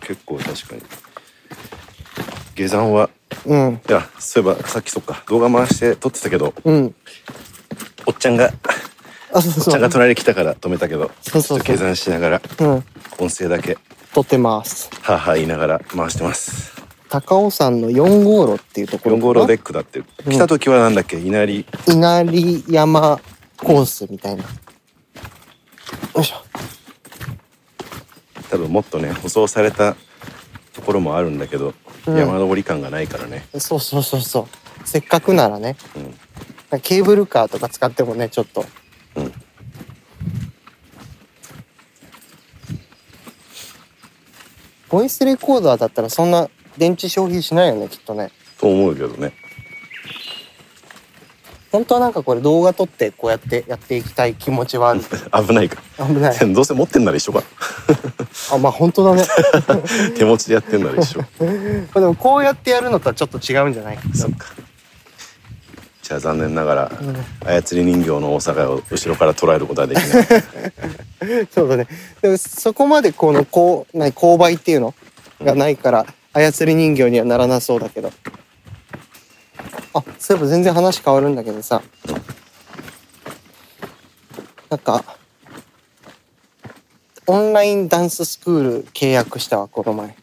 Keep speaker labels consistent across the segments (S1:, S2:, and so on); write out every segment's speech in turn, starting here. S1: 結構確かに下山は
S2: うん
S1: いやそういえばさっきそっか動画回して撮ってたけど
S2: うん
S1: おっちゃんが
S2: あそう
S1: おっち
S2: そ
S1: ゃんが
S2: う
S1: 隣に来たから止めたけど
S2: そうそうそう
S1: ちょっと下山しながら
S2: うん
S1: 音声だけ
S2: 撮ってます
S1: はあはあ言いながら回してます
S2: 高尾山の4号路っていうところ
S1: 4
S2: かな
S1: 号路デックだって
S2: うん
S1: 来た時はなんだっけ稲荷
S2: 稲荷山コースみたいなよいしょ
S1: 多分もっとね舗装されたところもあるんだけど、
S2: うん
S1: 山登り感がないからね、
S2: そうそうそうそうせっかくならね
S1: うん、
S2: ケーブルカーとか使ってもねちょっと
S1: うん
S2: ボイスレコーダーだったらそんな電池消費しないよねきっとね
S1: と思うけどね
S2: 本当はなんかこれ動画撮ってこうやってやっていきたい気持ちは ある
S1: 危ないか
S2: 危ない
S1: らどうせ持ってんなら一緒か
S2: あまあ本当だね
S1: 手持ちでやってんなら一緒
S2: でもこうやってやるのとはちょっと違うんじゃないか
S1: そっかじゃあ残念ながら、
S2: ん
S1: 操り人形の大阪を後ろから捉えることはできな い
S2: そうだね。でもそこまでこのこうない勾配っていうのがないから、操り人形にはならなそうだけど。あ、そういえば全然話変わるんだけどさ。なんか、オンラインダンススクール契約したわ、この前。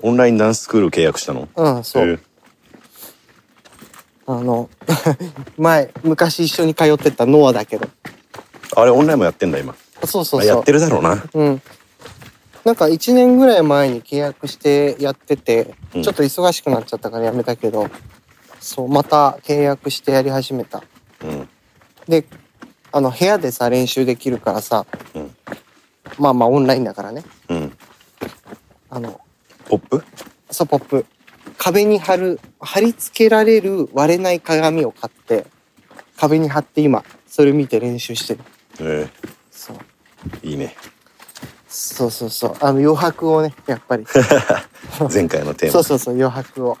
S1: オンラインダンススクール契約したの
S2: うん、そう。
S1: へえ
S2: あの、 前、昔一緒に通ってたノアだけど。
S1: あれオンラインもやってんだ今
S2: そうそうそう。
S1: あやってるだろうな
S2: うん。なんか1年ぐらい前に契約してやってて、
S1: うん
S2: ちょっと忙しくなっちゃったからやめたけど、そう、また契約してやり始めた。
S1: うん
S2: で、あの、部屋でさ、練習できるからさ、
S1: うん
S2: まあまあオンラインだからね。
S1: うん
S2: あの、
S1: ポップ
S2: そう、ポップ。壁に貼る、貼り付けられる割れない鏡を買って、壁に貼って今、それ見て練習して
S1: え
S2: る。そう。
S1: えいいね
S2: そうそうそう。あの余白をね、やっぱ り。
S1: 前回のテーマ
S2: そうそうそう、余白を。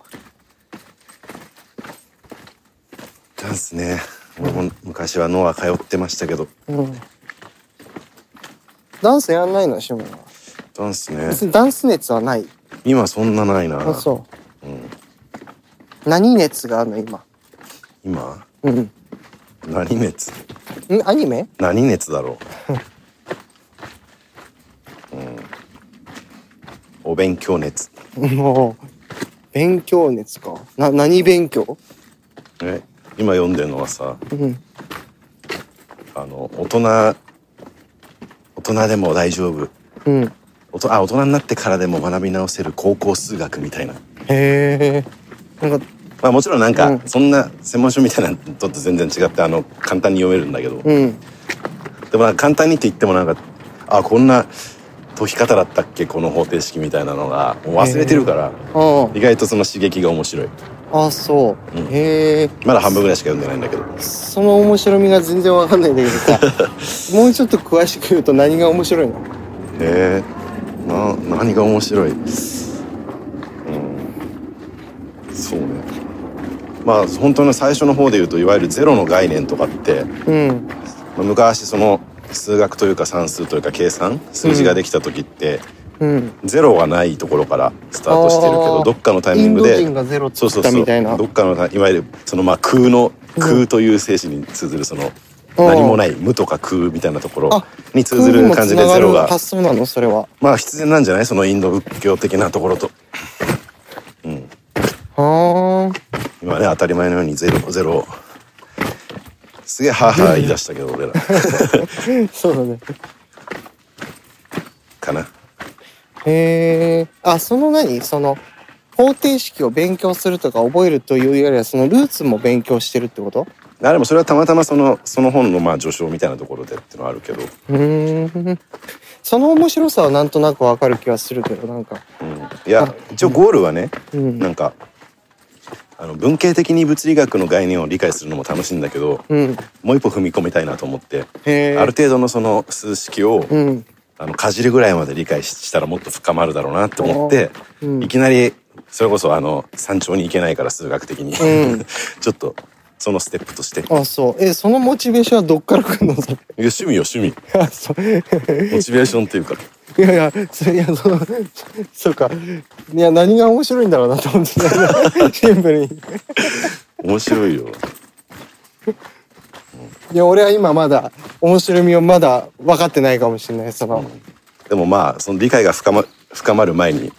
S1: ダンスね俺も昔はノア通ってましたけど
S2: うんダンスやんないの趣味は
S1: ダンスね
S2: 別にダンス熱はない
S1: 今そんなないな、
S2: あそう
S1: ん、
S2: う何熱があるの今
S1: 今
S2: うんん
S1: 何熱
S2: アニメ
S1: 何熱だろ ううんお勉強熱
S2: もう勉強熱かな何勉強
S1: え今読んでるのはさ
S2: うん
S1: あの大人大人でも大丈夫
S2: うん
S1: おとあ大人になってからでも学び直せる高校数学みたいな
S2: へえんか
S1: まあもちろんなんか、
S2: うん
S1: そんな専門書みたいなのとって全然違ってあの簡単に読めるんだけど、
S2: うん
S1: でもなんか簡単にって言ってもなんかあこんな解き方だったっけこの方程式みたいなのがもう忘れてるから、
S2: あ
S1: 意外とその刺激が面白い
S2: ああそう、
S1: うん
S2: へえ
S1: まだ半分ぐらいしか読んでないんだけど
S2: その面白みが全然わかんないんだけど さもうちょっと詳しく言うと何が面白いの
S1: へえな何が面白いうんそうねまあ本当の最初の方で言うといわゆるゼロの概念とかって
S2: うん
S1: まあ昔その数学というか算数というか計算数字ができた時って、
S2: うん
S1: ゼロがないところからスタートしてるけ
S2: あ
S1: ど
S2: ー
S1: どっかのタイ
S2: イ
S1: ミン
S2: ン
S1: グ
S2: ド
S1: で
S2: 人がゼロって
S1: そ
S2: 言
S1: うそ
S2: っ
S1: うそ
S2: た
S1: う
S2: みたいな
S1: どっかのいわゆるそのまあ空の
S2: うん
S1: 空という精神に通ずるその
S2: うん
S1: 何もない無とか空みたいなところ
S2: あ
S1: に通ずる感じでゼロが
S2: 発想なのそれは。
S1: まあ必然なんじゃないそのインド仏教的なところと
S2: はあ。
S1: 今ね当たり前のようにゼロゼロすげえハーハー言い出したけど俺ら
S2: そうだね。
S1: かな
S2: へえ。あ、その何その、方程式を勉強するとか覚えるというよりは、そのルーツも勉強してるってこと
S1: あでもそれはたまたまそのその本のまあ序章みたいなところでっていうのはあるけど、
S2: うーん。その面白さはなんとなくわかる気はするけど、なんか。
S1: うん、いや一応ゴールはね
S2: うん
S1: なんかあの文系的に物理学の概念を理解するのも楽しいんだけど
S2: うん。
S1: もう一歩踏み込みたいなと思って
S2: へえ。
S1: ある程度のその数式を
S2: うん。
S1: あのかじるぐらいまで理解ししたらもっと深まるだろうなと思って、
S2: うん
S1: いきなりそれこそあの山頂に行けないから数学的に、
S2: うん
S1: ちょっとそのステップとして。いや
S2: あ、そう。え、そのモチベーションはどっから来るの それ。
S1: 趣味よ趣味。
S2: あ、そう。 い
S1: モチベーションっていうか。
S2: やいや、それいや、その、 そうか。いや、何が面白いんだろうなと思って た。シンプルに。
S1: 面白いよ。
S2: いや、俺は今まだ、面白みをまだ分かってないかもしれない。その、
S1: でもまあその理解が深ま深まる前に、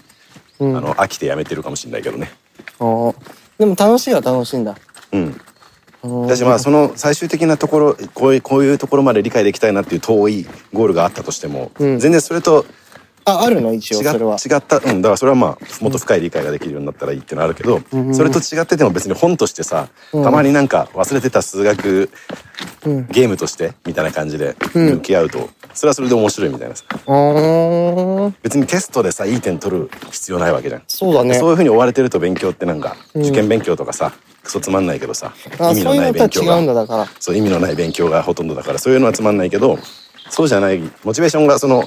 S2: うん。
S1: あの飽きてやめてるかもしれないけどね。
S2: おーでも楽しいは楽しいんだ。
S1: うん。
S2: うん
S1: だしまあその最終的なところこういうこういうところまで理解できたいなっていう遠いゴールがあったとしても、
S2: うん
S1: 全然それと
S2: あ、あるの一
S1: 違
S2: 応、
S1: っ
S2: それは。
S1: 違ったうんだからそれはまあもっと深い理解ができるようになったらいいっていうのはあるけど、
S2: うん
S1: それと違ってても別に本としてさ、
S2: うん
S1: たまになんか忘れてた数学
S2: うん。
S1: ゲームとしてみたいな感じで
S2: うん
S1: 向き合うと、それはそれで面白いみたいなさ
S2: ああ、
S1: 別にテストでさいい点取る必要ないわけじゃん。
S2: そうだね。
S1: そういうふうに追われてると勉強ってなんか、
S2: うん
S1: 受験勉強とかさクソつまんないけどさ
S2: あ
S1: 意味
S2: そ
S1: の
S2: ういう
S1: ない
S2: のとは
S1: 勉強が
S2: 違うんだ、だから。
S1: そう意味のない勉強がほとんどだからそういうのはつまんないけどそうじゃないモチベーションがその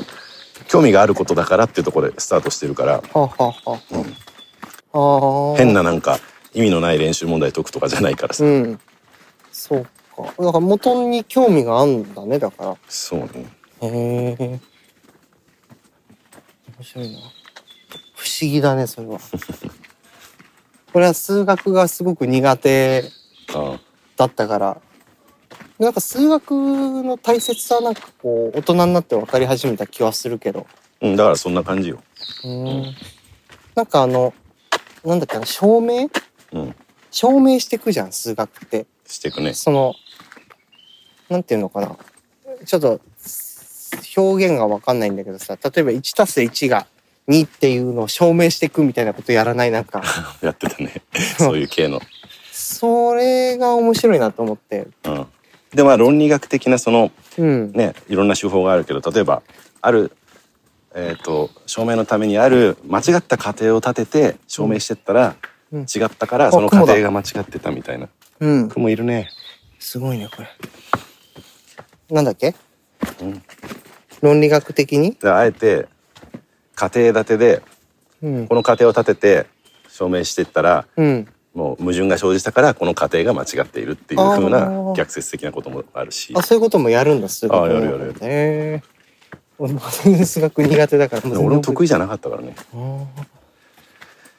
S1: 興味があることだからっていうところでスタートしてるから
S2: はあ、はあはあ、ああ。
S1: 変ななんか意味のない練習問題解くとかじゃないからさ、
S2: うん。そうか。だから元に興味があるんだね、だから。
S1: そうね
S2: へえ。面白いな。不思議だね、それ は。これは数学がすごく苦手
S1: あ
S2: だったから。なんか数学の大切さはなんかこう、大人になって分かり始めた気はするけど。
S1: ーうんだからそんな感じよ
S2: うん。なんかあの、なんだっけな、証明
S1: うん
S2: 証明してくじゃん、数学って。
S1: していくね
S2: その、なんていうのかな。ちょっと、表現がわかんないんだけどさ、例えば1たす1が2っていうのを証明していくみたいなことやらないなんか、
S1: やってた ねそういう系の
S2: それが面白いなと思って。
S1: うんでまあ論理学的なその
S2: うん。
S1: ねいろんな手法があるけど例えばあるえー、と証明のためにある間違った仮定を立てて証明してったら、
S2: うん
S1: 違ったから
S2: あ
S1: その仮
S2: 雲だ
S1: 定が間違ってたみたいな
S2: うん。
S1: 雲いるね
S2: すごいね、これ。なんだっけ
S1: うん
S2: 論理学的に
S1: であえて家庭立てで
S2: うん
S1: こ。の家庭を立てて証明していったら
S2: うん。
S1: もう矛盾が生じたからこの家庭が間違っているっていう
S2: あー
S1: 風な逆説的なこともあるし
S2: あ、そういうこともやるんだ、数学の
S1: あやるやるやる
S2: へえ俺も全然数学苦手だから。
S1: でも俺も得意じゃなかったからね
S2: ああ、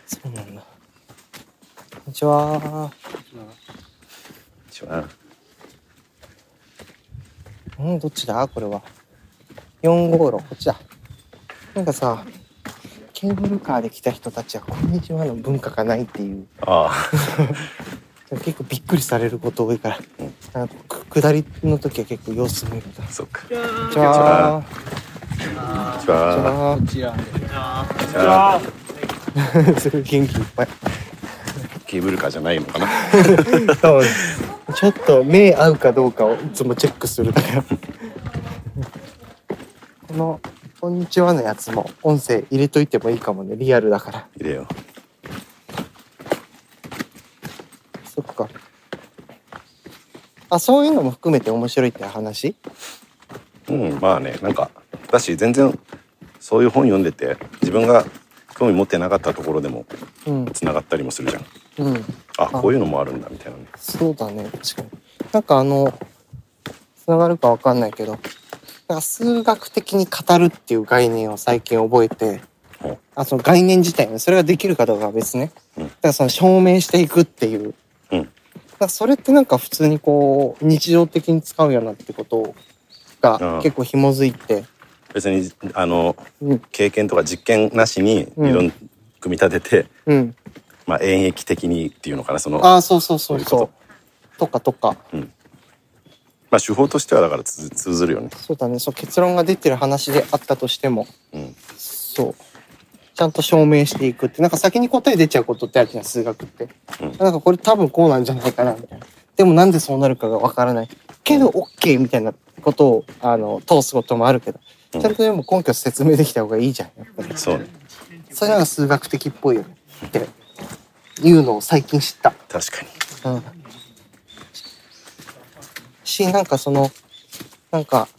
S2: そうなんだ。こんにちは。
S1: 一応 な
S2: うん、どっちだこれは。456、こっちだ。なんかさ、ケーブルカーで来た人たちは、こんにちはの文化がないっていう。
S1: ああ
S2: 結構びっくりされること多いから。なんかく下りの時は結構様子見るんだ。こ
S1: そっか
S2: んにちは。こ
S1: こんにちは
S2: んにち
S1: こんにちは
S2: は。すごい元気いっぱい。
S1: ケーブルカーじゃないのか な
S2: そうですちょっと目合うかどうかをいつもチェックするだけこの「こんにちは」のやつも音声入れといてもいいかもねリアルだから
S1: 入れよ
S2: そっかあそういうのも含めて面白いって話
S1: ううんまあねなんか私全然そういう本読んでて自分が興味持ってなかったところでも
S2: うん
S1: つながったりもするじゃん
S2: うん
S1: あこういうのもあるんだみたいなね
S2: そうだね確かになんかあのつながるかわかんないけどなんか数学的に語るっていう概念を最近覚えて
S1: ほ
S2: あその概念自体ねそれができるかどうかは別ね、
S1: うん
S2: だからその証明していくっていう、
S1: うん
S2: だからそれってなんか普通にこう日常的に使うようなってこと
S1: うん
S2: が結構紐づいて、
S1: 別にあの
S2: うん
S1: 経験とか実験なしに
S2: うん
S1: 理論組み立てて、
S2: うん、
S1: まあ演疫的にっていうのかなその
S2: ああそうそうそ
S1: そう
S2: う
S1: いう
S2: そ
S1: こ
S2: うとかとか
S1: まあ手法としてはだから通通ずるよね、
S2: そうだねそう結論が出てる話であったとしても
S1: うん、
S2: そう。ちゃんと証明していくって。なんか先に答え出ちゃうことってあるじゃん、数学って。
S1: うん
S2: なんかこれ多分こうなんじゃないかな、みたいな。でもなんでそうなるかがわからない。けど OK みたいなことを、あの、通すこともあるけど。
S1: うん
S2: ちゃんとでも根拠説明できた方がいいじゃん、やっぱり。
S1: そうね
S2: それなんか数学的っぽいよね。っていうのを最近知った。
S1: 確かに
S2: うん。し、なんかその、なんか、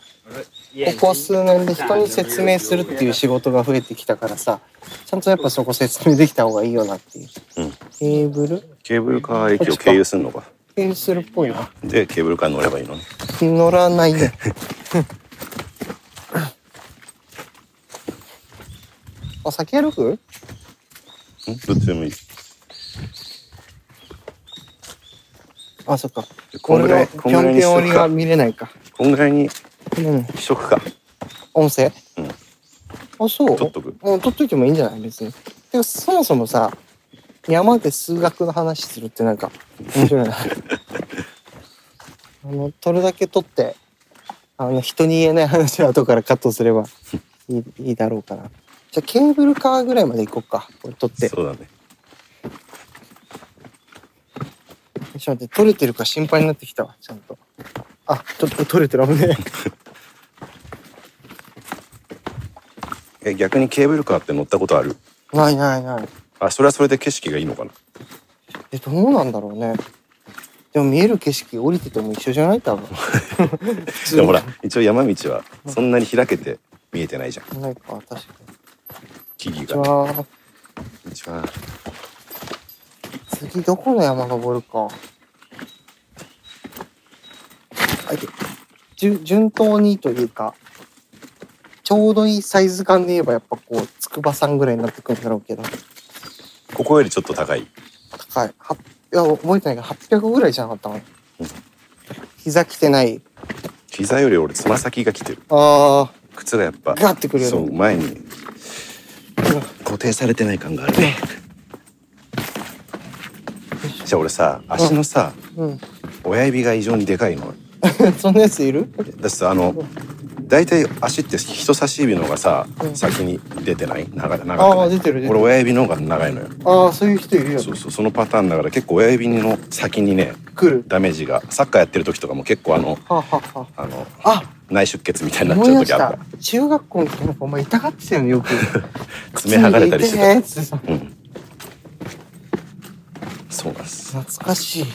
S2: ここ数年で人に説明するっていう仕事が増えてきたからさ、ちゃんとやっぱそこ説明できた方がいいよなっていう。
S1: うん
S2: テーブル
S1: ケーブルカー駅を経由するのか
S2: 転するっぽいな。
S1: でケーブルカーに乗ればいいのね
S2: 乗らないね。 あ、先歩く
S1: んどっちでもいい
S2: あ、そっか。
S1: こんぐらい
S2: 俺の
S1: こんぐらいに
S2: ぴ
S1: し
S2: ょ
S1: と
S2: んぴょん折
S1: く
S2: り
S1: か
S2: が見れないか。
S1: こんぐらいに
S2: うん。
S1: しとくか
S2: 音声
S1: うん
S2: あ、そう
S1: 取っとく
S2: うん、取っといてもいいんじゃない別に。てか、そもそもさ、山で数学の話するってなんか、面白い な。あの、取るだけ取って、あの、人に言えない話は後からカットすればいいいいだろうかな。じゃあ、ケーブルカーぐらいまで行こうか。これ取って。ちょっ
S1: そうだね
S2: と待って、取れてるか心配になってきたわ、ちゃんと。あ、ちょっと取れてる、危ね
S1: え逆にケーブルカーって乗ったことある
S2: え。ないないない。
S1: あそれはそれで景色がいいのかな
S2: え、どうなんだろうね。でも見える景色降りてても一緒じゃない 多分。普通
S1: でも
S2: に
S1: ほら一応山道はそんなに開けて見えてないじゃん
S2: ないか、確かに。
S1: 木々
S2: じ
S1: がこ
S2: ゃあ、
S1: んにちは
S2: 次どこの山登るか。あいて順順当にというか、ちょうどいいサイズ感で言えばやっぱこう、筑波山ぐらいになってくるんだろうけど、
S1: ここよりちょっと高い
S2: 高い。はっいや、覚えてないけど、800ぐらいじゃなかったかな。膝きてない。
S1: 膝より俺つま先が来てる
S2: あ
S1: 靴がやっぱ
S2: あ、ガーってくるよね
S1: そ。う前に固定されてない感があるねじゃあ俺さ足のさ
S2: うん。
S1: 親指が異常にでかいの
S2: そんなやついる
S1: だしさあの大体足って人差し指の方がさ、
S2: うん
S1: 先に出てない長長くない
S2: ああ、出てる出て
S1: 俺
S2: る。
S1: 親指の方が長いのよ
S2: ああ、そういう人いるよ
S1: そ
S2: ね。
S1: うそうそのパターンだから結構親指の先にね
S2: 来る。
S1: ダメージがサッカーやってる時とかも結構あの
S2: はあ、はあは
S1: あの
S2: あ、あ
S1: 内出血みたいになっ
S2: 思
S1: ち
S2: い
S1: ゃう
S2: 出し
S1: 時あるか
S2: た中学校の時なんかお前痛がってたよねよく
S1: ら 爪剥がれたりしてた
S2: 痛い痛いって
S1: うんそうなんです
S2: 懐かしい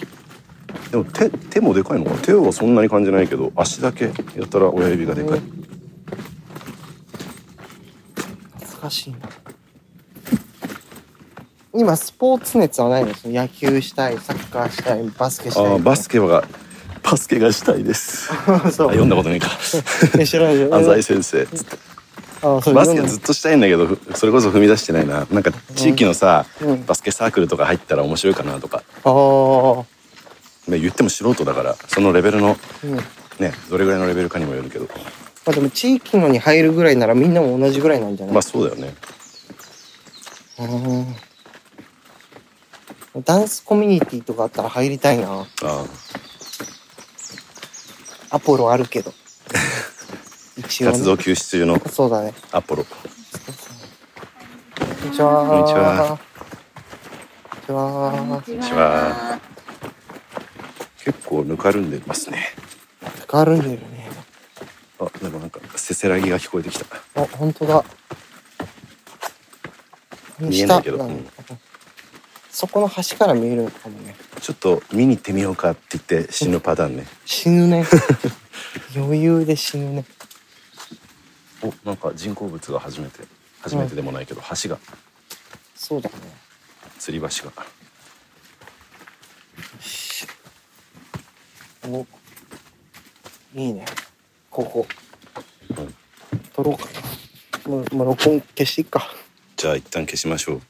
S1: でも手手もでかいのかな手はそんなに感じないけど足だけやたら親指がでかい、
S2: ね懐かしいな今スポーツ熱はないです野球したいサッカーしたいバスケしたい
S1: ああバスケはバスケがしたいですあ
S2: ケ そう
S1: 読んだことない か
S2: え知らないよ
S1: 安西先生つって
S2: あそう
S1: バスケず
S2: っ
S1: っとしたいんだけどふそれこそ踏み出してないななんか地域のさ、
S2: うん
S1: バスケサークルとか入ったら面白いかなとか、
S2: と
S1: ね、言っても素人だからそのレベルの
S2: ああうんま
S1: ねどれぐらいのレベルかにもよるけど
S2: あでも地域のに入るぐらいならみんなも同じぐらいなんじゃない
S1: まあそうだよね
S2: うんダンスコミュニティとかあったら入りたいな
S1: あ
S2: アポロある けど
S1: あ
S2: 一応、
S1: 活動
S2: ね、
S1: 休止中の
S2: そうだね
S1: アポロ
S2: こんにちは
S1: こんにちは
S2: こんにちは
S1: こんにちは結構ぬかるんでますね
S2: 変わるんでるね
S1: あでもなんかせせらぎが聞こえてきた
S2: あ本当だ
S1: 見えないけど
S2: 下
S1: うん
S2: そこの端から見えるのかもね
S1: ちょっと見に行ってみようかって言って死ぬパターンね
S2: 死 ぬね余裕で死ぬね
S1: おなんか人工物が初めて初めてでもないけど橋が
S2: そうだね
S1: 吊り橋が
S2: おいいねここ、
S1: うん
S2: 撮ろうかなもうもう録音消していっか
S1: じゃあ一旦消しましょう